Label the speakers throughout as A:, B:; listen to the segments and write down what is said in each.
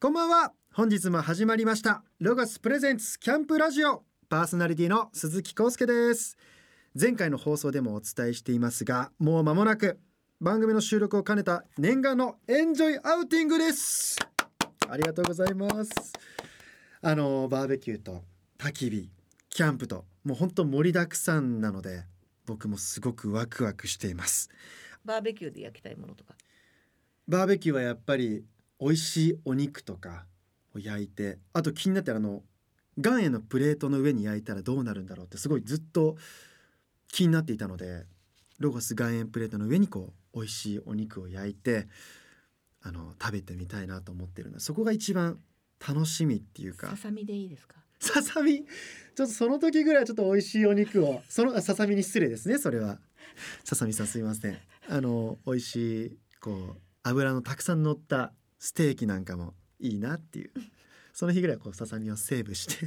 A: こんばんは本日も始まりましたロガスプレゼンツキャンプラジオパーソナリティの鈴木康介です前回の放送でもお伝えしていますがもう間もなく番組の収録を兼ねた念願のエンジョイアウティングですありがとうございますあのバーベキューと焚き火キャンプともう本当盛りだくさんなので僕もすごくワクワクしています
B: バーベキューで焼きたいものとか。
A: バーベキューはやっぱり美味しいお肉とかを焼いてあと気になってるあの岩塩のプレートの上に焼いたらどうなるんだろうってすごいずっと気になっていたのでロゴス岩塩プレートの上にこう美味しいお肉を焼いてあの食べてみたいなと思ってるのでそこが一番楽しみっていうか
B: ささみでいいですか。
A: ささみちょっとその時ぐらいちょっと美味しいお肉をそのあささみに失礼ですねそれはささみさんすいませんあの美味しいこう油のたくさん乗ったステーキなんかもいいなっていうその日ぐらいこうささみをセーブして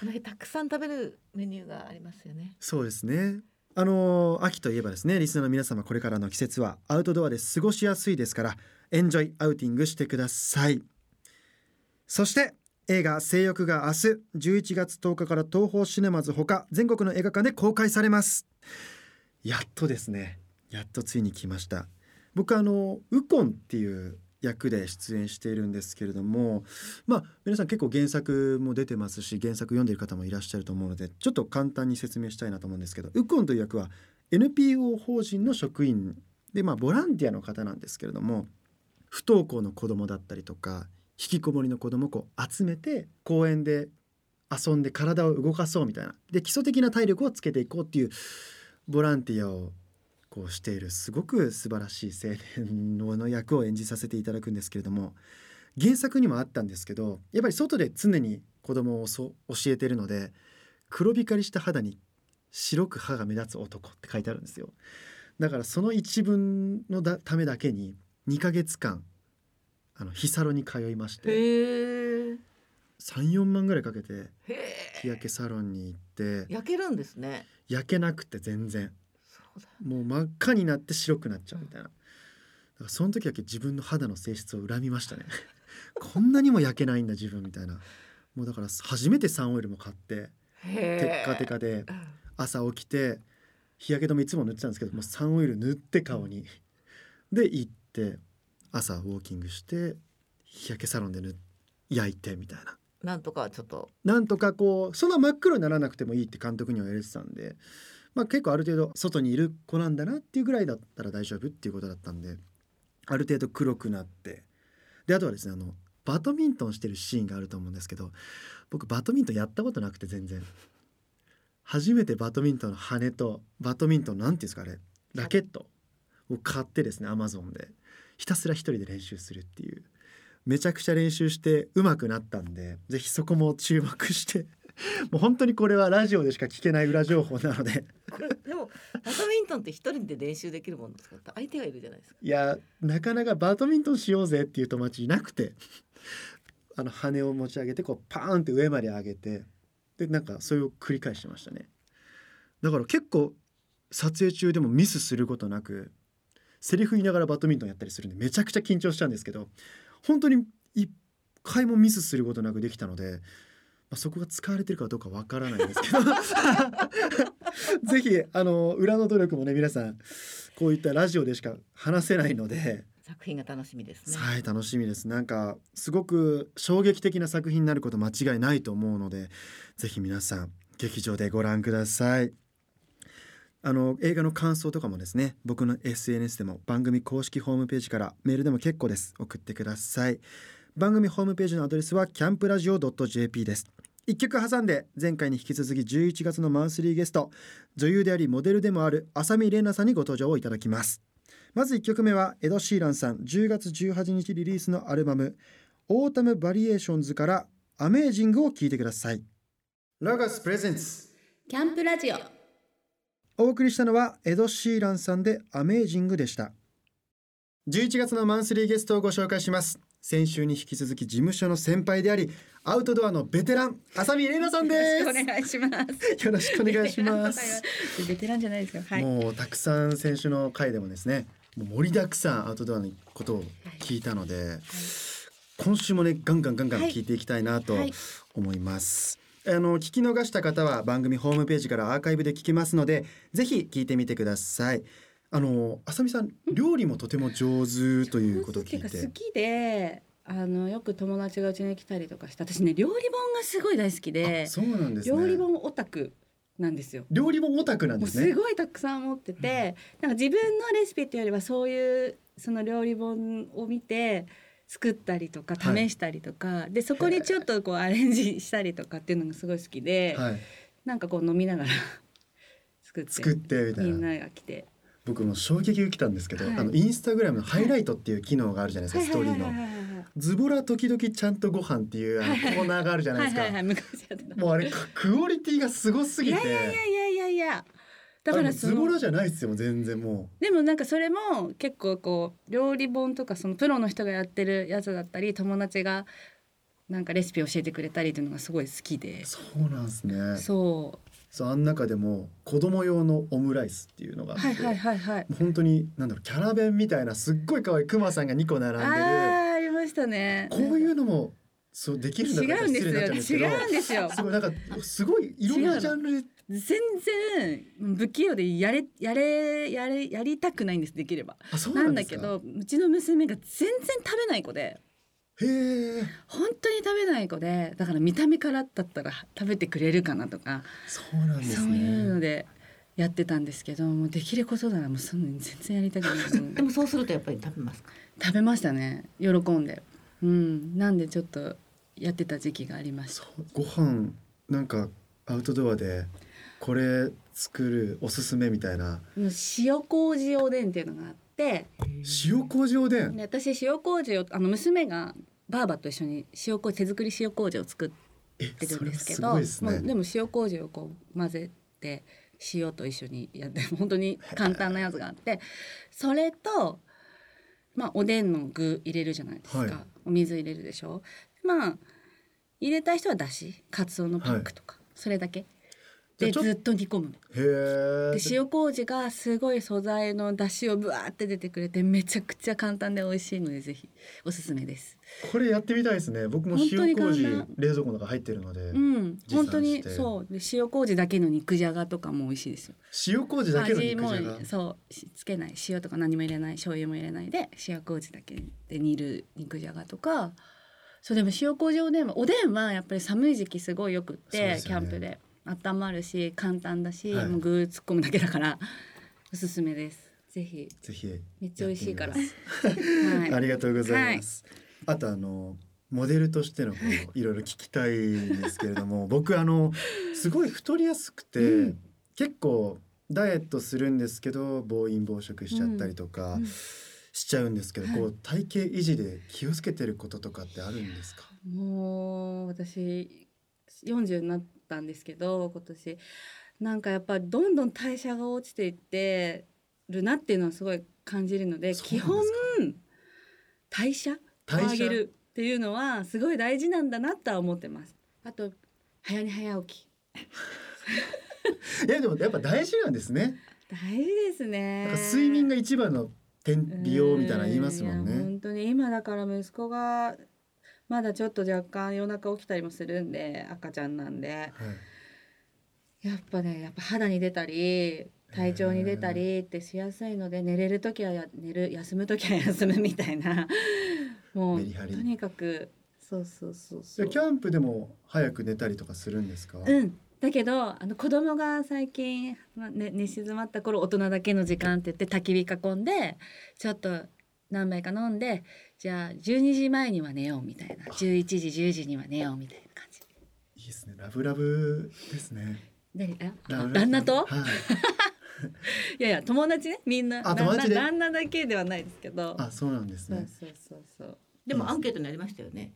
B: この辺たくさん食べるメニューがありますよね。
A: そうですねあの秋といえばですねリスナーの皆様これからの季節はアウトドアで過ごしやすいですからエンジョイアウティングしてくださいそして映画「性欲」が明日11月10日から東宝シネマズほか全国の映画館で公開されますやっとですねやっとついに来ました僕あのウコンっていう役で出演しているんですけれどもまあ皆さん結構原作も出てますし原作読んでいる方もいらっしゃると思うのでちょっと簡単に説明したいなと思うんですけどウコンという役は NPO 法人の職員でまあボランティアの方なんですけれども不登校の子供だったりとか引きこもりの子供をこう集めて公園で遊んで体を動かそうみたいなで基礎的な体力をつけていこうっていうボランティアをこうしているすごく素晴らしい青年の役を演じさせていただくんですけれども原作にもあったんですけどやっぱり外で常に子供をそう教えているので黒光りした肌に白く歯が目立つ男って書いてあるんですよだからその一文のだためだけに2ヶ月間あの日サロに通いまして
B: へえ。
A: 34万ぐらいかけて
B: へ
A: 日焼けサロンに行って
B: 焼けるんですね。
A: 焼けなくて全然
B: そうだ。
A: もう真っ赤になって白くなっちゃうみたいなだからその時だけ自分の肌の性質を恨みましたね こんなにも焼けないんだ自分みたいなもうだから初めてサンオイルも買って
B: へ
A: テッカテカで朝起きて日焼け止めいつも塗ってたんですけどもうサンオイル塗って顔にで行って朝ウォーキングして日焼けサロンで塗焼いてみたいな
B: なんとかちょっと。
A: なんとかこうそんな真っ黒にならなくてもいいって監督には言われてたんで、まあ、結構ある程度外にいる子なんだなっていうぐらいだったら大丈夫っていうことだったんである程度黒くなってであとはですねあのバドミントンしてるシーンがあると思うんですけど僕バドミントンやったことなくて全然初めてバドミントンの羽とバドミントンなんていうんですかあれラケットを買ってですねアマゾンでひたすら一人で練習するっていうめちゃくちゃ練習して上手くなったんでぜひそこも注目して もう本当にこれはラジオでしか聞けない裏情報なので
B: これでもバドミントンって一人で練習できるものですか。相手がいるじゃないですか。
A: いやなかなかバドミントンしようぜっていう友達いなくて あの羽を持ち上げてこうパーンって上まで上げてでなんかそれを繰り返してましたねだから結構撮影中でもミスすることなくセリフ言いながらバドミントンやったりするんでめちゃくちゃ緊張したんですけど本当に一回もミスすることなくできたので、まあ、そこが使われてるかどうかわからないですけど ぜひあの裏の努力もね皆さんこういったラジオでしか話せないので、
B: 作品が楽しみですね。
A: はい楽しみですなんかすごく衝撃的な作品になること間違いないと思うのでぜひ皆さん劇場でご覧くださいあの映画の感想とかもですね僕の SNS でも番組公式ホームページからメールでも結構です送ってください番組ホームページのアドレスはキャンプラジオ .jp です一曲挟んで前回に引き続き11月のマンスリーゲスト女優でありモデルでもある浅見玲奈さんにご登場をいただきますまず1曲目はエド・シーランさん10月18日リリースのアルバム「オータム・バリエーションズ」から「アメージング」を聴いてください。ラガスプレゼンツ
C: キャンプラジオ
A: お送りしたのはエド・シーランさんで「アメージング」でした11月のマンスリーゲストをご紹介します先週に引き続き事務所の先輩でありアウトドアのベテラン浅見玲奈さんです
C: お願いします。
A: よろしくお願いし ます。
C: ベテランじゃないですよ。はい。
A: もうたくさん先週の回でもですねもう盛りだくさんアウトドアのことを聞いたので、今週もねガンガンガンガン
C: はい
A: 聞いていきたいなと
C: はい
A: 思います、あの聞き逃した方は番組ホームページからアーカイブで聞けますのでぜひ聞いてみてくださいあのあさみさん料理もとても上手ということを聞い
C: 上手ってう
A: て
C: か好きであのよく友達がうちに来たりとかして私ね料理本がすごい大好きで
A: あそうなんですね
C: 料理本オタクなんですよ。
A: 料理本オタクなん
C: も
A: で
C: う
A: す
C: す
A: ね
C: ごいたくさん持ってて、なんか自分のレシピっていうよりはそういうその料理本を見て作ったりとか
A: はい
C: 試したりとか、でそこにちょっとこうアレンジしたりとかっていうのがすごい好きで、
A: はい
C: なんかこう飲みながら 作って
A: 作ってみたい
C: み
A: なん
C: なが来て、
A: 僕も衝撃受けたんですけど、
C: はい
A: あのインスタグラムのハイライトっていう機能があるじゃないですか、ストーリー
C: はい
A: の。
C: はいはいはいはい
A: ズボラ時々ちゃんとご飯っていうあのコーナーがあるじゃないですか。
C: はいはいはい昔やってた。
A: もうあれククオリティがすごすぎて、
C: いやいやいやいや。だか
A: あの
C: らそ
A: ズボラ
C: の
A: じゃないですよ全然も
C: でもなんかそれも結構こう料理本とかそのプロの人がやってるやつだったり友達がなんかレシピ教えてくれたりっていうのがすごい好きで
A: う。そうなんですね。
C: そ
A: そうあん中でも子供用のオムライスっていうのがあ
C: う
A: って、
C: はいはいはいはい。
A: もう本当になんだろうキャラ弁みたいなすっごい可愛いクマさんが2個並
C: あ
A: ん
C: あ
A: でる
C: ーありましたね。
A: こういうのもそうできるんだった
C: 違
A: ら
C: うんで
A: 失礼になっちゃうんですすけ
C: よ。
A: ど
C: 違うんですよ。
A: すごいなんかすごいいろんなジャンル
C: 全然不器用でやれやれやれやりたくないんですできれば。
A: あそう
C: な
A: なん
C: ん
A: で
C: だ
A: すか
C: けどうちの娘が全然食べない子で。
A: へえ
C: 本当に食べない子でだから見た目からだったら食べてくれるかなとか、
A: そうなんです
C: そういうの
A: ね。
C: でやってたんですけどもうできることならもうそんなに全然やりたくないと思う
B: でもそうするとやっぱり食べますか。
C: 食べましたね喜んでうんなんでちょっとやってた時期がありまし
A: そ
C: た
A: うご飯なんかアウトドアでこれ作るおすすめみたいな
C: もう塩麹おでんっていうのがあって
A: 塩麹おでん。
C: で私塩麹をあの娘がばあばと一緒に塩麹手作り塩麹を作っ
A: え
C: てるんです
A: それ
C: け
A: すご
C: ど
A: いです
C: まあ
A: ね。
C: でも塩麹をこう混ぜて塩と一緒にやって 本当に簡単なやつがあってそれと、まあ、おでんの具入れるじゃないですか、
A: はい
C: お水入れるでしょまあ入れたい人はだしかつおのパックとか、それだけ
A: じゃあ
C: で
A: ちょっ
C: ずっと煮込む
A: へえ。
C: で塩麹がすごい素材のだしをぶわーって出てくれてめちゃくちゃ簡単で美味しいのでぜひおすすめです。こ
A: これやってみたいですね。僕も
C: 本当
A: 塩
C: に簡
A: 麹
C: 単
A: 冷蔵庫の中入ってるので、
C: うん、
A: 持参
C: 本当に
A: して
C: そうで塩麹だけの肉じゃがとかも美味しいですよ。
A: 塩麹だけの肉じゃ
C: 味
A: が
C: も。そうしつけない塩とか何も入れない醤油も入れないで塩麹だけで煮る肉じゃがとかそうでも塩麹おでんはおでんはやっぱり寒い時期すごいよくっ
A: そう
C: て、
A: です
C: キ
A: よ
C: ャ
A: ね
C: ンプで温まるし簡単だし、
A: はい
C: もう具突っ込むだけだからおすすめですぜひ
A: ぜひ。
C: めっちゃ美味しいから
A: やっ
C: はい
A: ありがとうございます。あとあのモデルとしてのこういろいろ聞きたいんですけれど も、僕あのすごい太りやすくて、
C: うん
A: 結構ダイエットするんですけど暴飲暴食しちゃったりとか。
C: うん
A: しちゃうんですけど、
C: はい
A: こう体型維持で気をつけてることとかってあるんですか。
C: もう私40になったんですけど今年なんかやっぱどんどん代謝が落ちていってるなっていうのはすごい感じるので
A: そう
C: 基
A: なん
C: 本
A: ですか
C: 代謝を
A: 代謝
C: 上げるっていうのはすごい大事なんだなとは思ってます。あと早寝早起き
A: いやでもやっぱ大事なんですね。
C: 大事ですね。
A: なんか睡眠が一番の点美容みたいなの言いますもん
C: ういや
A: ね。
C: 本当に今だから息子がまだちょっと若干夜中起きたりもするんで赤ちゃんなんで。
A: はい、
C: やっぱねやっぱ肌に出たり体調に出たりってしやすいので寝れる時はや寝る休む時は休むみたいな もう
A: メリハリ
C: とにかくそうそうそうそ
A: で
C: う
A: キ。ャンプでも早く寝たりとかするんですか。
C: うんだけどあの子供が最近、まあね、寝静まった頃大人だけの時間って言って焚き火囲んでちょっと何杯か飲んでじゃあ12時前には寝ようみたいな11時10時には寝ようみたいな感じ。
A: いいですね。ラブラブですね。
C: 何あ
A: ラブラブ
C: 旦那と
A: はい。
C: いやいや友達ねみんな
A: あ友達で
C: 旦那旦那だけではないですけど
A: あ、そうなんです
C: そう
A: ね。
C: そうそうそう
B: でもアンケートになりましたよね。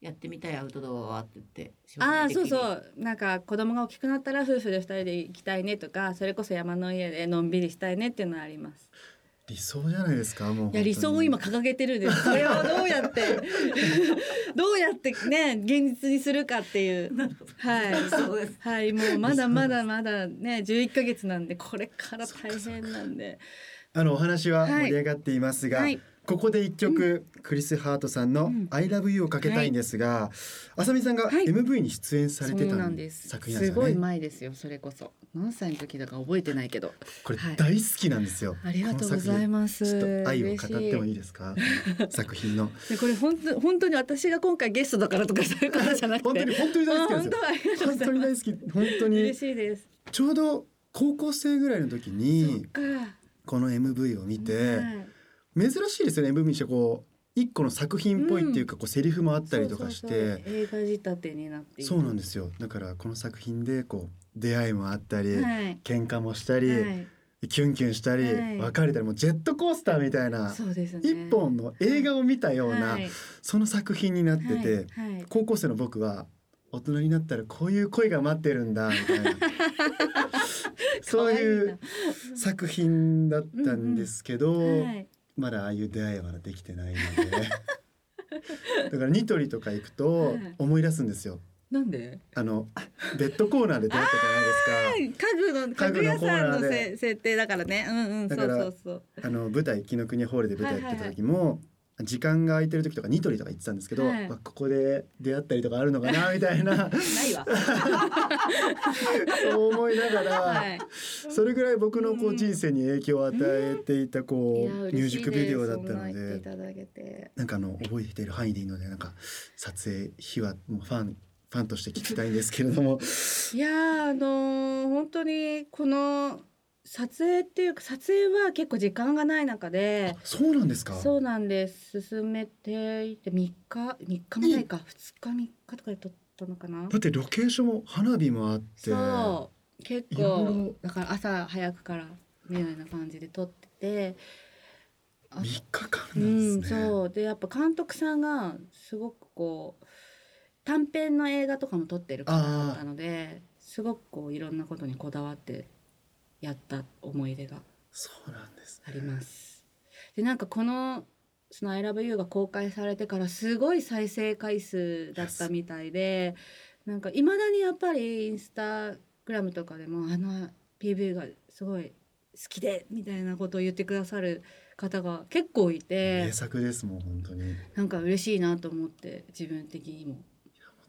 B: やってみたいアウトドアはって言って。。
C: ああそうそううなんか子供が大きくなったら夫婦で二人で行きたいねとかそれこそ山の家でのんびりしたいねっていうのはあります
A: 理想じゃないですか。もう本
C: い
A: 当
C: や
A: に。
C: 理想を今掲げてる んですそれをどうやってどうやってね現実にするかっていうはい
B: そうです。
C: はいもうまだまだまだね11ヶ月なんでこれから大変なんで
A: あのお話は
C: はい
A: 盛り上がっていますが、
C: はい
A: ここで一曲、クリス・ハートさんの
C: うん
A: 「ILOVEYOU」をかけたいんですが、浅見さんが
C: はい
A: MV に出演されて
C: そう
A: た
C: なんです。
A: 作品なんですすよ
C: ごい
A: ね。
C: 前ですよ。それこそ何歳の時だか覚えてないけど。
A: これ
C: はい
A: 大好きなんですよ。
C: ありがとうござい
A: ま
C: ます。
A: ちょっと愛を語ってもい
C: い
A: いですか？作品の
C: でこれ本当本当に私が今回ゲストだからとかそういうことじゃなくて。
A: 本当に本当に大好きなん
C: あ本
A: で
C: 当ありが
A: す
C: と
A: よ。本当
C: うござい
A: に
C: ま
A: 大好き。本当
C: す。
A: に
C: 嬉しいです。
A: ちょうど高校生ぐらいの時に
C: か
A: この MV を見て
C: はい
A: 珍しいですよね MV にしてこう一個の作品っぽいっていうかこうセリフもあったりとかし
C: そうそう
A: て
C: そう映画仕立てになっている
A: そうなんですよだからこの作品でこう出会いもあったり
C: はい。
A: 喧嘩もしたり
C: はい
A: キュンキュンしたり
C: はい
A: 別れたりもうジェットコースターみたいな
C: そうですね。
A: 一本の映画を見たような
C: はい
A: その作品になってて
C: はいはい
A: 高校生の僕は大人になったらこういう恋が待ってるんだみたい なそういう作品だったんですけど、
C: はい
A: まだああいう出会いはまだできてないので だからニトリとか行くと
C: はい
A: 思い出すんですよ
C: なんで？
A: あのベッドコーナーで出会ったじゃない
C: 家具の家具屋さんのせ設定だからね。うんうん。そ
A: だ
C: う
A: から
C: そうそう。
A: ですかあの舞台紀ノ国ホールで舞台やってた時も、時間が空いてる時とかニトリとか行ってたんですけど、
C: はい
A: わここで出会ったりとかあるのかなみたい な
B: ない わ。
A: そう思いながら、
C: はい。
A: それぐらい僕のこ
C: う
A: うん人生に影響を与えていた
C: い
A: こ
C: や
A: うミュー
C: 嬉
A: ジ
C: し
A: ッ
C: い
A: クビデオ
C: で
A: だ
C: す
A: ったの
C: そんな言ってい
A: で
C: ただけて
A: なんかあの覚えている範囲でいいのでなんか撮影秘話もうファンファンとして聞きたいんですけれども
C: いやーあのー本当にこの撮影っていうか撮影は結構時間がない中で
A: そうなんですか
C: そうなんです進めていって3日3日もないか2日3日とかで撮ったのかな
A: だってロケーションも花火もあって
C: そう結
A: いろいろ
C: 構だから朝早くからみたいな感じで撮っててあ
A: 3日間
C: う
A: なん
C: ん、
A: ですね、
C: そうでやっぱ監督さんがすごくこう短編の映画とかも撮ってる方だったのですごくこういろんなことにこだわってやった思い出が
A: そうなんです
C: あります。でなんかこの「その ILOVEYOU」が公開されてからすごい再生回数だったみたいでなんかいまだにやっぱりインスタグラムとかでもあの PV がすごい好きでみたいなことを言ってくださる方が結構いて。
A: 名作ですもん本当に
C: なんか嬉しいなと思って自分的にも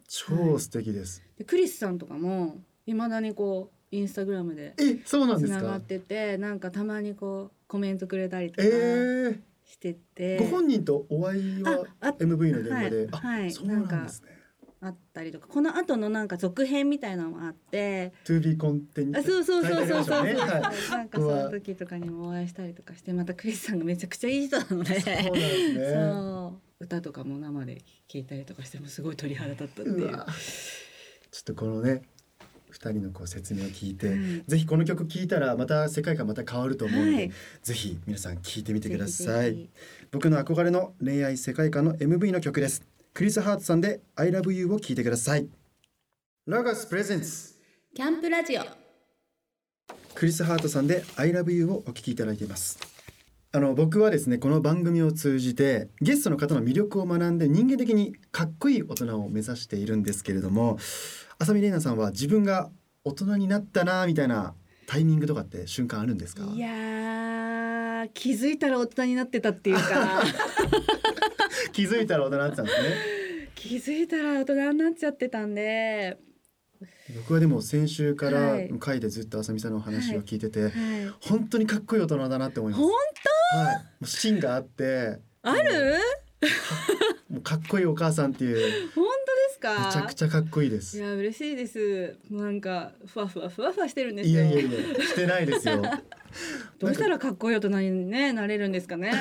A: 超素敵です、
C: でクリスさんとかもいまだにこうインスタグラムで
A: えそうなん
C: つ
A: です
C: なが
A: か
C: っててなんかたまにこうコメントくれたりと
A: え
C: か
A: ー
C: してて、
A: ご本人とお会いは
C: ああ
A: MV の現場で、
C: はいは
A: あ
C: い
A: そうなんですね
C: あったりとかこの後のなんか続編みたいなのもあって
A: To be content
C: あそうそうそうそうそう、
A: ねはい
C: なんかその時とかにもお会いしたりとかしてまたクリスさんがめちゃくちゃいい人なので
A: そうなんですね
C: そう歌とかも生で聴いたりとかしてもすごい鳥肌立ったっていうう
A: わちょっとこのね二人のこう説明を聞いて、
C: はい
A: ぜひこの曲聴いたらまた世界観また変わると思うので、
C: はい
A: ぜひ皆さん聴いてみて
C: ぜ
A: く
C: ひ
A: だ
C: ぜひ
A: さい僕の憧れの恋愛世界観の MV の曲ですクリス・ハートさんで「ILOVEYOU」を聴いてくださいラガスプレゼンツ
C: キャンプラジオ
A: クリス・ハートさんで「ILOVEYOU」をお聴きいただいていますあの僕はですねこの番組を通じてゲストの方の魅力を学んで人間的にかっこいい大人を目指しているんですけれども浅見玲奈さんは自分が大人になったなみたいなタイミングとかって瞬間あるんですか
C: いやー気づいたら大人になってたっていう か
A: 気づいたら大人になってたんですね
C: 気づいたら大人になっちゃってたんで、
A: 僕はでも先週から
C: はい
A: 回でずっと浅見さんのお話を聞いてて、
C: は
A: 本当にかっこいい大人だなって思い
C: い、
A: ます
C: 本
A: はいもう芯があって
C: 当ある
A: もうかっこいいお母さんっていう
C: 本当ですか
A: めちゃくちゃかっこいいです
C: いや嬉しいですもうなんかふわふわふわふわしてるんです
A: い
C: よ
A: やいやいや、してないです よ。
C: どうしたらかっこいい大人に、ね、なれるんです かね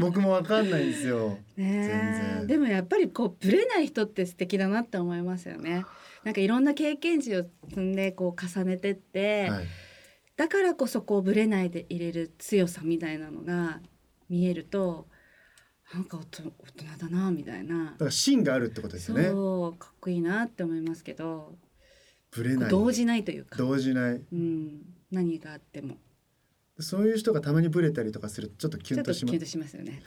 A: 僕もわかんないんですよ。全
C: ね
A: 然
C: えでもやっぱりこうぶれない人って素敵だなって思いますよねなんかいろんな経験値を積んでこう重ねてって、
A: はい。
C: だからこそこうぶれないでいれる強さみたいなのが見えるとなんか大人大人だなみたいな
A: だ、から芯があるってことですよね。
C: そうかっこいいなって思いますけど
A: ぶれない。
C: 動じないというか、
A: 動じない。
C: うん、何があっても
A: そういう人がたまにブレたりとかするとちょっとキ
C: ち
A: ュ
C: ょ
A: ン
C: っと
A: とし
C: キ
A: ま
C: ュンとします よね。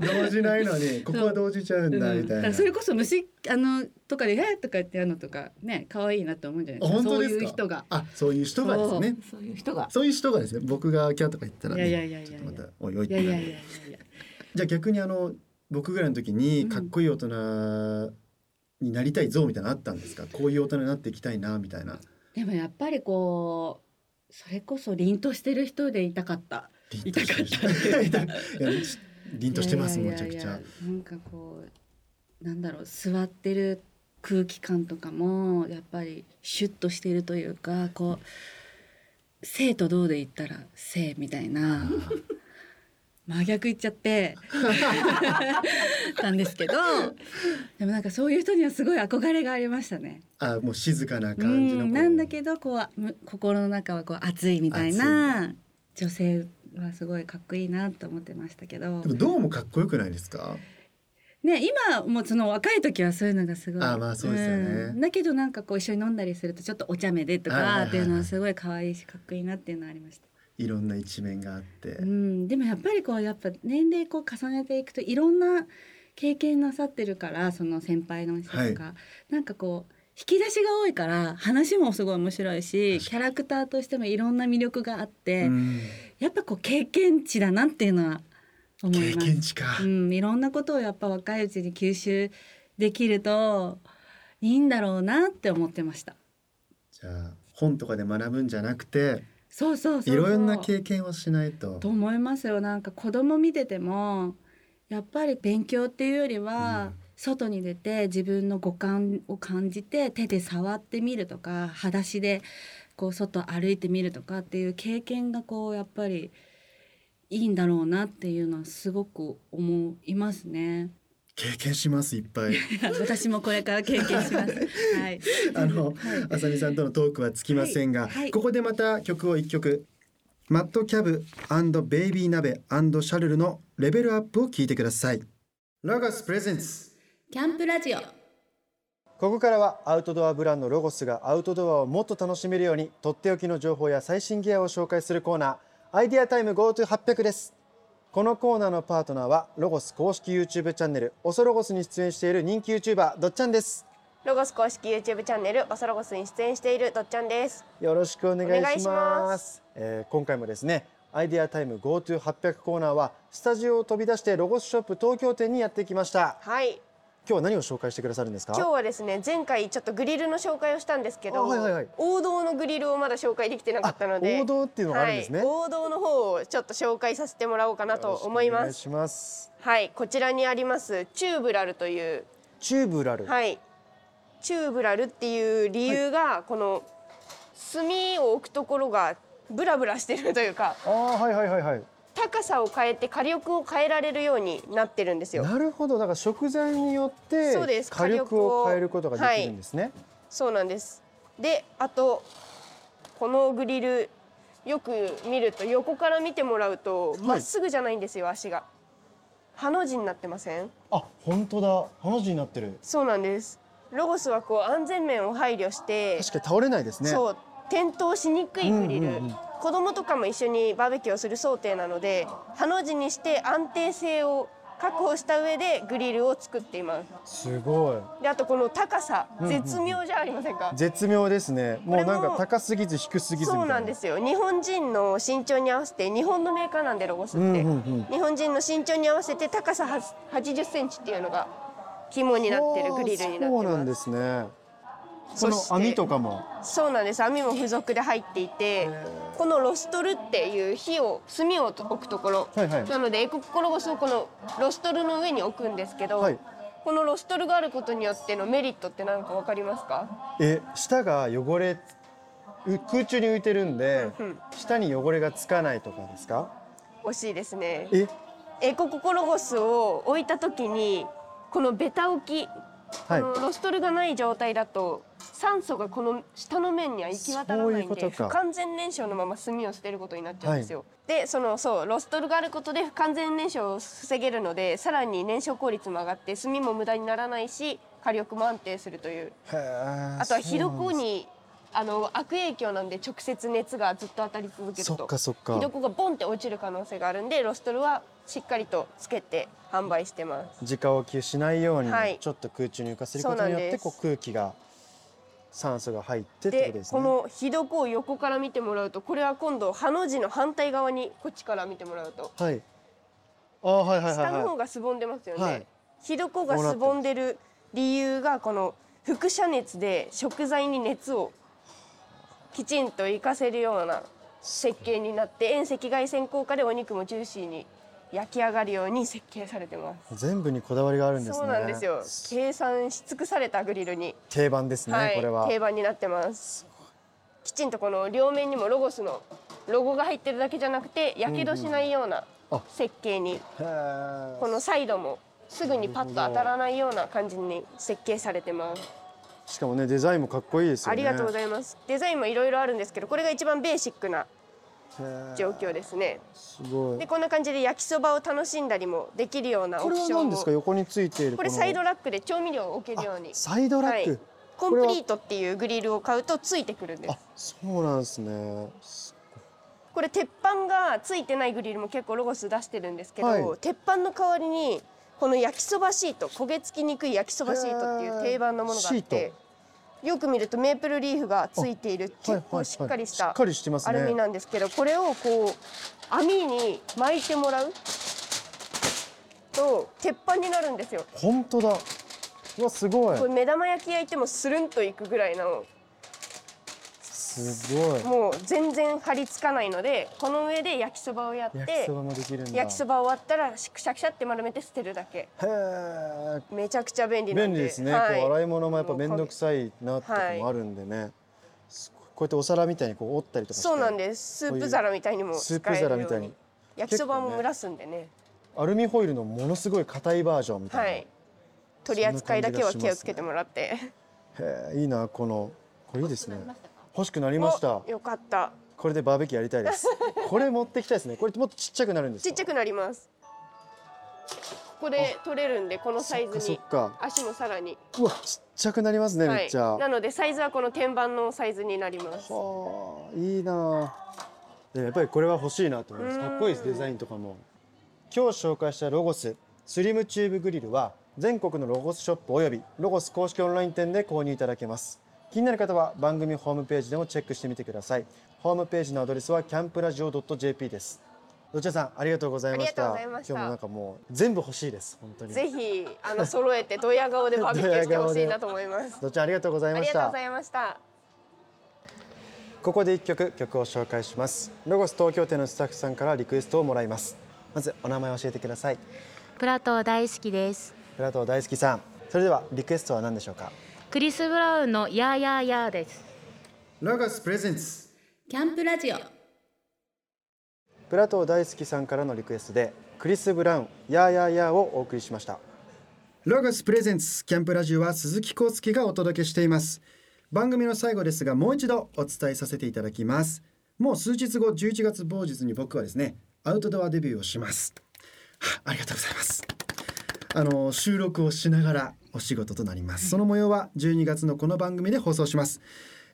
A: 動じないの にここは動じちゃうんだ
C: うん
A: みた
C: だ
A: いな、
C: からそれこそ虫あのとかで「えーとか言ってやるのとかね可愛いなと思うんじゃない
A: あ
C: ですか
A: 本当です
C: そう
A: か
C: いう人が。
A: あそういう人がですね
B: そういう人が
A: そういう人がですね僕がキャーとか言ったら、
C: い
A: ね、
C: やいやいやい
A: ちょ
C: や
A: っ
C: い
A: と
C: や
A: ま
C: い
A: たおいおいって
C: や
A: なる
C: いやいやいやいや
A: じゃあ逆にあの僕ぐらいの時にかっこいい大人になりたいぞみたいなのあったんですか、こういう大人になっていきたいなみたいな
C: でもやっぱりこうそれこそ凛としてる人でいたかった。
A: 凛としてる人いたいやし凛としてます
C: い
A: も
C: や
A: ん
C: い
A: め
C: や
A: ちゃ
C: い
A: くち
C: やい
A: ゃ
C: やなんかこうなんだろう座ってる空気感とかもやっぱりシュッとしてるというかこう生と同で言ったら生みたいな真逆言っちゃってたんですけどでもなんかそういう人にはすごい憧れがありましたね。
A: あもう静かな
C: う
A: 感じの
C: んなんだ
A: ど
C: けどこうむ心の中はこう熱いみたいな女性はすごいかっこいいなと思ってましたけど
A: でもどうもかっこよくないですか
C: ね、今もうその若い時はそういうのがすごい
A: あまあそうですよね
C: んだけどなんかこう一緒に飲んだりするとちょっとお茶目でと
A: はいはいはいは
C: か
A: い
C: っていうのはすごい可愛いしかっこいいなっていうのはありました、
A: いろんな一面があって、
C: うん、でもやっぱりこうやっぱ年齢こう重ねていくといろんな経験なさってるからその先輩の人とか、
A: はい
C: なんかこう引き出しが多いから話もすごい面白いし
A: 確
C: キャラクターとしてもいろんな魅力があって、
A: うん
C: やっぱこう経験値だなっていうのは思い
A: 経
C: ます。
A: 験値か、
C: うん、いろんなことをやっぱ若いうちに吸収できるといいんだろうなって思ってました。
A: じゃあ本とかで学ぶんじゃなくて
C: そうそうそう
A: い
C: そう
A: ろんな経験をしないと
C: と思いますよなんか子供見ててもやっぱり勉強っていうよりは、
A: うん
C: 外に出て自分の五感を感じて手で触ってみるとか裸足でこう外歩いてみるとかっていう経験がこうやっぱりいいんだろうなっていうのはすごく思いますね。
A: 経験しますいっ ぱい
C: 私もこれから経験 します。はい。
A: あの
C: はい
A: あさみさんとのトークはつきませんが、
C: はいはい
A: ここでまた曲を一曲マットキャブベイビー鍋シャルルのレベルアップを聞いてくださいロゴスプレゼンツ
C: キャンプラジオ。
A: ここからはアウトドアブランドロゴスがアウトドアをもっと楽しめるようにとっておきの情報や最新ギアを紹介するコーナーアイデアタイム GoTo800 ですこのコーナーのパートナーはロゴス公式 YouTube チャンネルオソロゴスに出演している人気 YouTuber どっちゃんです
D: ロゴス公式 YouTube チャンネルおそロゴスに出演しているどっちゃんです。
A: よろしくお願いし
D: お願
A: ま
D: い
A: す
D: します
A: えー今回もですねアイデアタイム GoTo800 コーナーはスタジオを飛び出してロゴスショップ東京店にやってきました
D: はい。
A: 今日は何を紹介してくださるんですか
D: 今日はですね前回ちょっとグリルの紹介をしたんですけ
A: あ
D: ど、
A: はいはいはい
D: 王道のグリルをまだ紹介できてなかったので
A: あ王道っていうのがあるんですね
D: はい、王道の方をちょっと紹介させてもらおうかなと思い
A: よ
D: ま
A: ろ
D: す
A: しくお願いします
D: はいこちらにありますチューブラルという
A: チューブラル、
D: はいチューブラルっていう理由が、この炭を置くところがブラブラしてるというか
A: ああはいはいはいはい
D: 高さを変えて火力を変えられるようになってるんですよ
A: なるほどだから食材によって
D: そうです
A: 火
D: 火
A: 力
D: 力
A: を
D: を
A: 変えることができるんですね、
D: そうなんです。で、あとこのグリルよく見ると横から見てもらうと
A: い
D: まっすぐじゃないんですよ、足が。ハの字になってません？
A: あ本当だハの字になってる
D: そうなんです。ロゴスはこう安全面を配慮して、
A: 確かに倒れないですね
D: そう転倒しにくいグリル。
A: うんうんうん
D: 子供とかも一緒にバーベキューをする想定なので、ハの字にして安定性を確保した上でグリルを作っています。
A: すごい
D: で、あとこの高さ、絶妙じゃありませんか？
A: 絶妙ですねもうなん
D: これ
A: か
D: も
A: 高すぎず低すぎずみた
D: そ
A: いうな
D: なんですよ日本人の身長に合わせて日本のメーカーなんでロゴスって、
A: うんうんうん
D: 日本人の身長に合わせて高さは8 0センチっていうのが肝になってるグリルにな
A: あーそう
D: っ
A: な
D: て
A: ん
D: ま
A: ですすねこ
D: そして
A: の網とかも
D: そうなんです網も付属で入っていてこのロストルっていう火を炭を置くところ、
A: はいはい
D: なのでエココロゴスをこのロストルの上に置くんですけど、
A: はい
D: このロストルがあることによってのメリットって何かわかりますか
A: え下が汚れう空中に浮いてるんで
D: うんうん
A: 下に汚れがつかないとかですか
D: 惜しいですね
A: え
D: エコココロゴスを置いた時にこのベタ置き、
A: はい
D: このロストルがない状態だと酸素がこの下の面には行き渡ら
A: そう
D: ないい
A: うんこと
D: で
A: か
D: 不完全燃焼のまま炭を捨てることになっちゃうんですよ、でそのそうロストルがあることで不完全燃焼を防げるのでさらに燃焼効率も上がって炭も無駄にならないし火力も安定するという
A: へー
D: あと
A: そ
D: は
A: う
D: 火
A: なんです
D: 床にあの悪影響なんで直接熱がずっと当たり続ける
A: そっ
D: と
A: かそっか
D: ひどこがボンって落ちる可能性があるんでロストルはしっかりとつけて販売してます
A: 直置きしないように、
D: はい
A: ちょっと空中に浮かせること
D: そう
A: に
D: な
A: よ
D: ん
A: っ
D: です
A: てこう空気が酸素が入ってってこと
D: で
A: ですね
D: このひどこを横から見てもらうとこれは今度ハの字の反対側にこっちから見てもらうと
A: はいあーはいはいはい
D: 下の
A: は
D: 方がすぼんでますよね、
A: はい
D: ひどこがすぼんでる理由がこの輻射熱で食材に熱をきちんと活かせるような設計になって遠赤外線効果でお肉もジューシーに焼き上がるように設計されてます
A: い全部にこだわりがあるんですね
D: そうなんですよ計算し尽くされたグリルに、
A: 定番ですね、
D: はい
A: これは
D: 定番になってますきちんとこの両面にもロゴスのロゴが入ってるだけじゃなくてやけどしないような
A: あ
D: 設計に、
A: へー
D: このサイドもすぐにパッと当たらないような感じに設計されてます、
A: しかもねデザインもかっこいいですよ
D: あ
A: ね
D: りがとうござ
A: い
D: いますデザインもいろいろあるんですけどこれが一番ベーシックな
A: ます
D: 状況ですね
A: すごい
D: でこんな感じで焼きそばを楽しんだりもできるようなオ
A: これ
D: プ
A: は
D: ション
A: 何
D: も
A: ですか横についている
D: これ
A: の
D: サイドラックで調味料を置けるように
A: あサイドラック、
D: はいコンプリートっていうグリルを買うとついてくるんです
A: あそうなんですねす
D: これ鉄板がついてないグリルも結構ロゴス出してるんですけど、
A: はい
D: 鉄板の代わりにこの焼きそばシート焦げ付きにくい焼きそばシートっていう定番のものがあっ
A: へーシ
D: てよく見るとメープルリーフがついている
A: はい
D: 結構しっかりし
A: はいはい、し
D: た
A: っかりしてます
D: ア
A: ね
D: ルミなんですけどこれをこう網に巻いてもらうと鉄板になるんですよ。
A: 本当だうわすごい
D: これ目玉焼き焼いてもスルンといくぐらいの
A: すごい
D: もう全然張り付かないのでこの上で焼きそばをやっ
A: 焼き
D: て
A: そばもできるんだ
D: 焼きそば終わったらシャクシャクシャって丸めて捨てるだけ
A: へー
D: めちゃくちゃ便利なん
A: 便
D: で
A: 利ですね、
D: はい
A: こう洗い物もやっぱ面倒くさいなってとこ
D: はい
A: もあるんでね、すごいこうやってお皿みたいにこう折ったりとかして
D: そうなんですス
A: こういう
D: ープ皿みたいにも使
A: ス
D: え
A: ープ
D: るよう
A: 皿
D: に
A: みたいに
D: 焼きそば
A: 結構
D: も
A: ね
D: 蒸らすんでね
A: アルミホイルのものすごい硬いバージョンみたいな、
D: はい取り扱いだけは
A: そんな感じがしますね
D: 気をつけてもらって
A: へーいいなこのこれいいですね
C: なりましたか
A: 欲しくなりました
D: およかった
A: これでバーベキューやりたい ですこれ持ってきたいですねこれもっとちっちゃくなるんです
D: ち
A: か
D: っちゃくなりますここで取れるんでこのサイズ
A: そっ
D: に
A: かそっか
D: 足もさらに
A: うわちっちゃくなりますね、
D: は
A: めっ
D: い
A: ちゃ
D: なのでサイズはこの天板のサイズになります
A: はあいいなあでもやっぱりこれは欲しいなと思います
D: うん
A: かっこいいですデザインとかも今日紹介したロゴススリムチューブグリルは全国のロゴスショップおよびロゴス公式オンライン店で購入いただけます気になる方は番組ホームページでもチェックしてみてくださいホームページのアドレスはキャンプラジオ .jp ですどちらさんありがとうございました
D: ありがとうございました
A: 今日もなんかもう全部欲しいです本当に
D: ぜひあの揃えてドヤ顔でバーベキューしてほしいなと思います
A: どちらありがとうござい
D: あ
A: ま
D: り
A: し
D: がとう
A: た
D: ございました
A: ここで一曲曲を紹介しますロゴス東京店のスタッフさんからリクエストをもらいますまずお名前を教えてください
E: プラトー大好きです
A: プラトー大好きさんそれではリクエストは何でしょうか
E: クリス・ブラウンのやーやーやーです
A: ロゴスプレゼンツ
C: キャンプラジオ
A: プラトー大好きさんからのリクエストでクリス・ブラウン「やーやーやー」をお送りしましたロゴスプレゼンツキャンプラジオは鈴木康介がお届けしています番組の最後ですがもう一度お伝えさせていただきますもう数日後11月某日に僕はですねアウトドアデビューをしますはあありがとうございますあの収録をしながらお仕事となりますその模様は12月のこの番組で放送します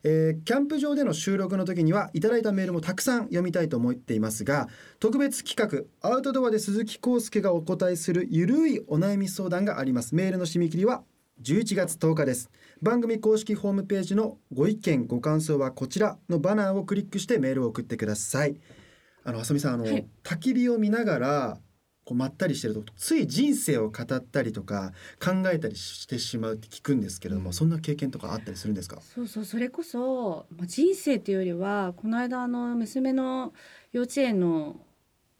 A: えーキャンプ場での収録の時にはいただいたメールもたくさん読みたいと思っていますが特別企画アウトドアで鈴木康介がお答えするゆるいお悩み相談がありますメールの締め切りは11月10日です番組公式ホームページのご意見ご感想はこちらのバナーをクリックしてメールを送ってくださいあの浅見さんあの、
C: はい
A: 焚き火を見ながらこうまったりしてるとつい人生を語ったりとか考えたりしてしまうって聞くんですけれども、そんな経験とかあったりするんですか
C: そうそうそれこそ、まあ、人生っていうよりはこの間あの娘の幼稚園の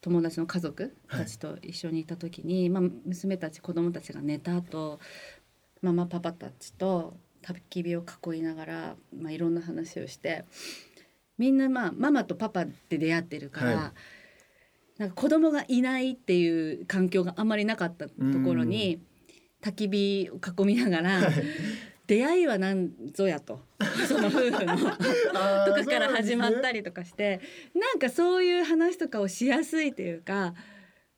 C: 友達の家族たちと一緒にいた時に、まあ、娘たち子供たちが寝た後ママパパたちと焚き火を囲いながら、まあ、いろんな話をしてみんな、まあ、ママとパパって出会ってるから、
A: は
C: なんか子供がいないっていう環境があんまりなかったところに焚き火を囲みながら、出会いは何ぞ やとその夫婦の とかから始まったりとかしてなんかそういう話とかをしやすいというか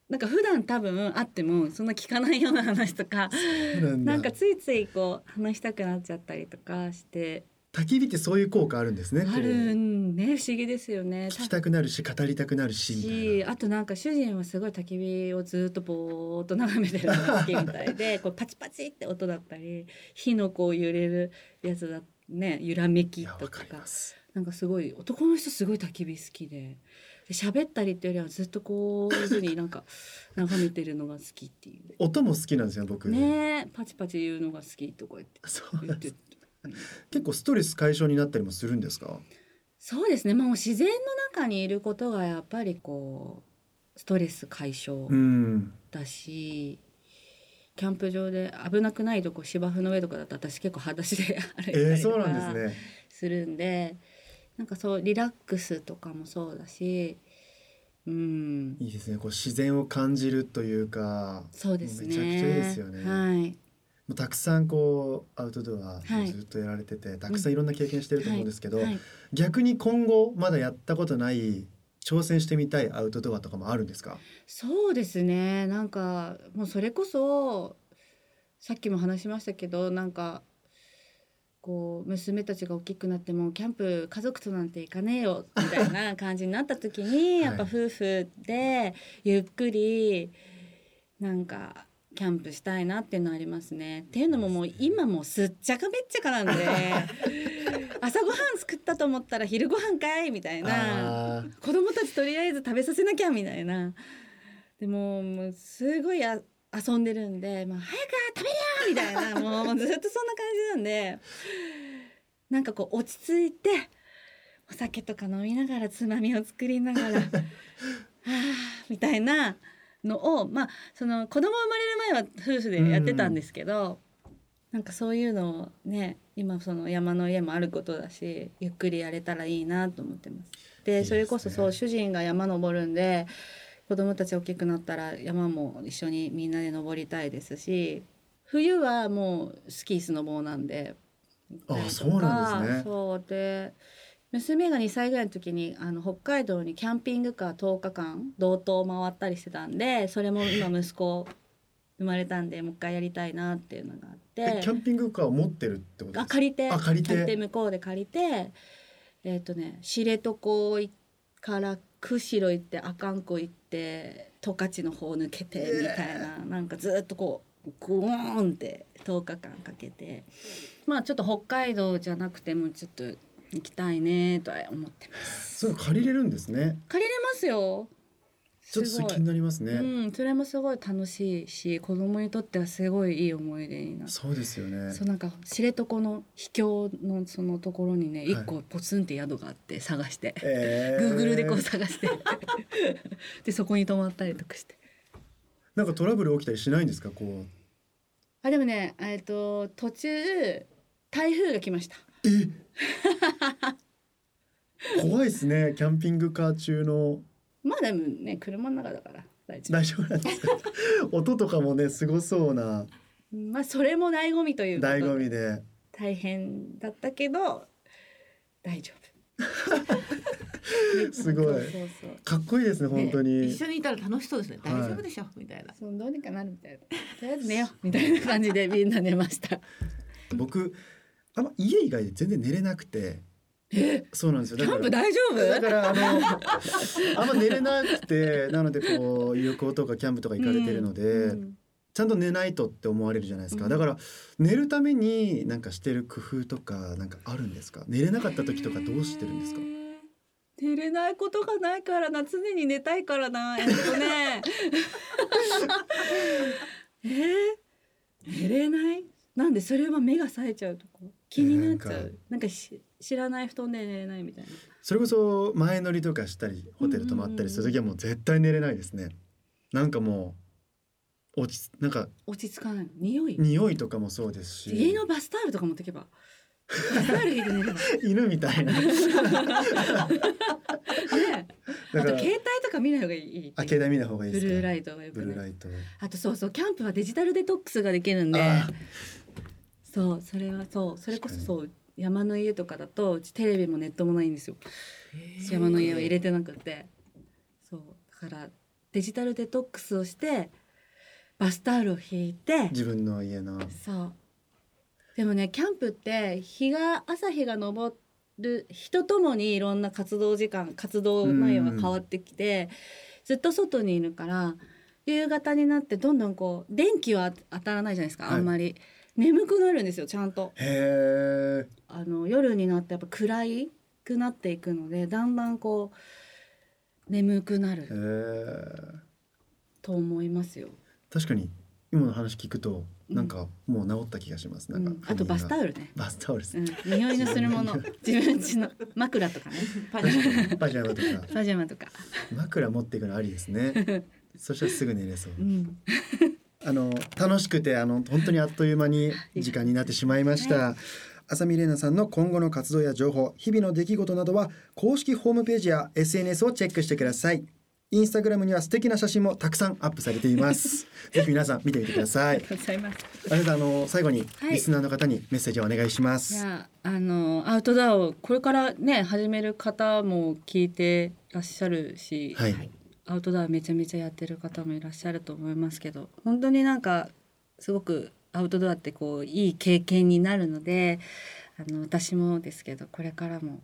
C: なんか普段多分会ってもそんな聞かないような話とか
A: そうなんだ
C: なんかついついこう話したくなっちゃったりとかして
A: 焚き火ってそういう効果あるんですね。こう
C: あるんね不思議ですよね。
A: 聞きたくなるし語りたくなるしみたい
C: しあとなんか主人はすごい焚き火をずっとぼーっと眺めてるのが好きみた いでこうパチパチって音だったり火のこう揺れるやつだね揺らめ
A: な。い
C: き
A: や
C: と
A: わか
C: か
A: ります。
C: なんかすごい男の人すごい焚き火好きでで喋ったりっていうよりはずっとこういうふうになんか眺めてるのが好きってい
A: 音も好きなんですよ僕。
C: うねえパチパチ言うのが好きとか言って
A: そう
C: 言
A: な
C: っ
A: んで
C: て
A: す。結構ストレス解消になったりもするんですか。
C: そうですねもう自然の中にいることがやっぱりこうストレス解消。
A: うん。
C: だしキャンプ場で危なくないとこ芝生の上とかだと私結構 裸足で歩いた
A: えー、
C: りと
A: そうなん
C: か
A: ですね。
C: するんでなんかそうリラックスとかもそうだしうん
A: いいですね。こう自然を感じるというか。
C: そうですね
A: めちゃくちゃいいですよね
C: はい
A: もうたくさんこうアウトドア
C: はい
A: ずっとやられてて、たくさんいろんな経験してると思うんですけど、
C: はい
A: 逆に今後まだやったことない挑戦してみたいアウトドアとかもあるんですか。
C: そうですねなんかもうそれこそさっきも話しましたけどなんかこう娘たちが大きくなってもキャンプ家族となんて行かねえよみたいな感じになった時にやっぱ
A: はい
C: 夫婦でゆっくりなんかキャンプしたいなっていうのはありますね。っていうのももう今もうすっちゃかめっちゃかなんで朝ごはん作ったと思ったら昼ごはんかいみたいな。
A: あ
C: 子供たちとりあえず食べさせなきゃみたいなでももうすごいあ遊んでるんで、まあ、早く食べりゃみたいなもうもうずっとそんな感じなんでなんかこう落ち着いてお酒とか飲みながらつまみを作りながらはあみたいなのをまあその子供生まれる前は夫婦でやってたんですけど、なんかそういうのをね今その山の家もあることだしゆっくりやれたらいいなと思ってます。
A: いい
C: で
A: です
C: そ
A: ね
C: れこそそう主人が山登るんで子供たち大きくなったら山も一緒にみんなで登りたいですし冬はもうスキースノボーなんで
A: あ
C: 行ったり
A: そ
C: とか
A: うなんですね
C: そうで娘が2歳ぐらいの時にあの北海道にキャンピングカー10日間道東を回ったりしてたんでそれも今息子生まれたんでもう一回やりたいなっていうのがあっ
A: ー
C: て
A: えキャンピングカーを持ってるってこと
C: あ
A: ですか。
C: 借りて
A: あ借りて
C: 向こうで借りてえっ、とね知床から釧路行って阿寒湖行って十勝の方抜けてみたいな、なんかずっとこうグオーンって10日間かけてまあちょっと北海道じゃなくてもちょっと行きたいねとは思ってます
A: そういうの借りれるんですね。
C: 借りれますよ
A: ちょっと
C: す
A: それ
C: ごい
A: 気になりますね。
C: うん、それもすごい楽しいし子供にとってはすごいいい思い出になって
A: そうですよね。
C: そうなんか知床の秘境のそのところにね
A: い
C: 一個ポツンって宿があって探して、
A: えー
C: Google でこう探して でそこに泊まったりとかして
A: なんかトラブル起きたりしないんですか。こ
C: あでもねえっと途中台風が来ました
A: う怖いですね。キャンピングカー中の
C: まあでもね車の中だから大丈
A: 大丈夫なんです か。音とかもねすごそうな
C: 夫まあそれも醍醐味ということで
A: 醍醐味で。
C: 大変だったけど大丈夫
A: すごい
C: そうそうそう
A: かっこいいですね本当に。
B: 一緒にいたら楽しそうですね。
A: はい
B: 大丈夫でしょ、みたいな。
C: そうどうにかなるみたいなとりあえず寝ようみたいな感じでみんな寝ました
A: 僕あんま家以外で全然寝れなくて。そうなんですよ。
C: キ
A: だ
C: ャ
A: か
C: ンプ
A: ら
C: 大丈夫
A: だからあのあんま寝れなくてなのでこう旅行とかキャンプとか行かれてるので、
C: うん
A: ちゃんと寝ないとって思われるじゃないですか、
C: うん
A: だから寝るためになんかしてる工夫とかなんかあるんですか寝れなかった時とかどうしてるんですか、
C: 寝れないことがないからな常に寝たいからなえっ とねえー寝れないなんでそれは目が冴えちゃうとこ気になっちゃ
A: えー
C: うな
A: なん
C: ん
A: か
C: かし知らない布団で寝れないみたいな
A: それこそ前乗りとかしたりホテル泊まったりする時はもう絶対寝れないですねなんかもう落ちなんか
C: 落ち着かない匂い
A: 匂いとかもそうです
C: 家
A: し
C: のバスタオルとか持ってけばバスタオル引いて 寝ればね
A: 犬みたい なだ
C: あ
A: か
C: と
A: ら
C: 携帯とか見ない方がいい
A: 開けた見ない方がいいで
C: ブ
A: すか
C: ルーライトがよ
A: ブ
C: く
A: ルー
C: な
A: ラ
C: い
A: イト
C: あとそうそうキャンプはデジタルデトックスができるんで
A: あー
C: そうそれはそうそれこそ
A: 確か
C: そう山の家とかだとうちテレビもネットもないんですよ山の家は入れてなくてそうだからデジタルデトックスをしてバスタオルを引いて
A: 自分の家の
C: そうでもねキャンプって日が朝日が昇る日とともにいろんな活動時間活動内容が変わってきて、ずっと外にいるから夕方になってどんどんこう電気は当たらないじゃないですか
A: はい
C: あんまり、眠くなるんですよちゃんと
A: へえ。
C: あの夜になってやっぱ暗いくなっていくのでだんだんこう眠くな
A: へ
C: る
A: え。
C: と思いますよ、
A: 確かに今の話聞くとなんかもう治った気がします。
C: う
A: なんか
C: ん、あとバスタ
A: ル。
C: オルね
A: バスタオルです
C: う。ん、匂いのするもの自分ちの枕とかねパジャ
A: パジャマとか
C: マ パジャマとか、
A: 枕持っていくのありです ね。そしたらすぐ寝れそう。
C: うん、
A: あの楽しくてあの本当にあっという間に時間になってしまいました。浅見玲奈さんの今後の活動や情報、日々の出来事などは公式ホームページや SNS をチェックしてください。インスタグラムには素敵な写真もたくさんアップされています。 ぜひ皆さん見てみてください。
C: ございます
A: あれだあの最後に
C: はい
A: リスナーの方にメッセージをお願いしま
C: い
A: す。
C: やあのアウトドアをこれからね始める方も聞いてらっしゃるし、
A: はい、
C: アウトドアめちゃめちゃやってる方もいらっしゃると思いますけど本当になんかすごくアウトドアってこういい経験になるのであの私もですけどこれからも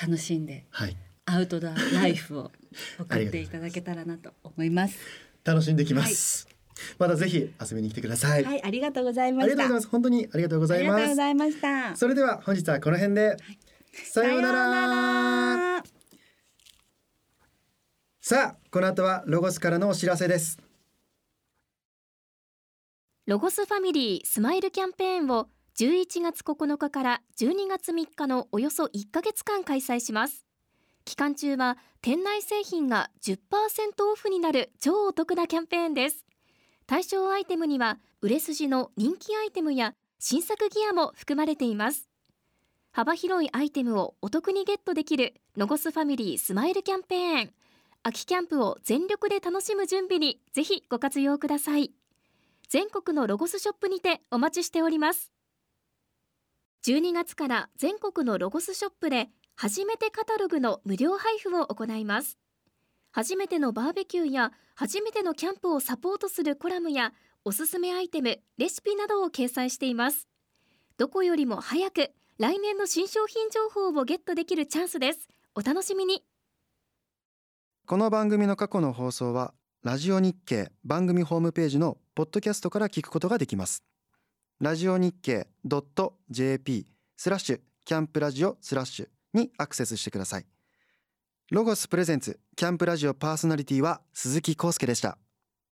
C: 楽しんで
A: はい、
C: アウトドアライフを
A: あ
C: 送
A: りが
C: っ
A: と
C: て
A: う
C: い
A: ござ
C: ただけたらなと思います。
A: 楽しんできます。またぜひ遊びに来てください。
C: はい、ありがとうござい
A: あ
C: ま
A: りがとうござ
C: した。
A: います。本当にありがとうござい
C: ありがとう
A: ま
C: ご
A: す。
C: ざいました。
A: それでは本日はこの辺で、さようなら。
C: さようなら
A: さあこの後はロゴスからのお知らせです
E: ロゴスファミリースマイルキャンペーンを11月9日から12月3日のおよそ1ヶ月間開催します期間中は店内製品が10%オフになる超お得なキャンペーンです対象アイテムには売れ筋の人気アイテムや新作ギアも含まれています幅広いアイテムをお得にゲットできるロゴスファミリースマイルキャンペーン秋キャンプを全力で楽しむ準備にぜひご活用ください全国のロゴスショップにてお待ちしております12月から全国のロゴスショップで初めてカタログの無料配布を行います初めてのバーベキューや初めてのキャンプをサポートするコラムやおすすめアイテムレシピなどを掲載していますどこよりも早く来年の新商品情報をゲットできるチャンスですお楽しみに
A: この番組の過去の放送はラジオ日経番組ホームページのポッドキャストから聞くことができますラジオ日経 .jp スラッシュキャンプラジオスラッシュにアクセスしてくださいロゴスプレゼンツキャンプラジオパーソナリティは鈴木康介でした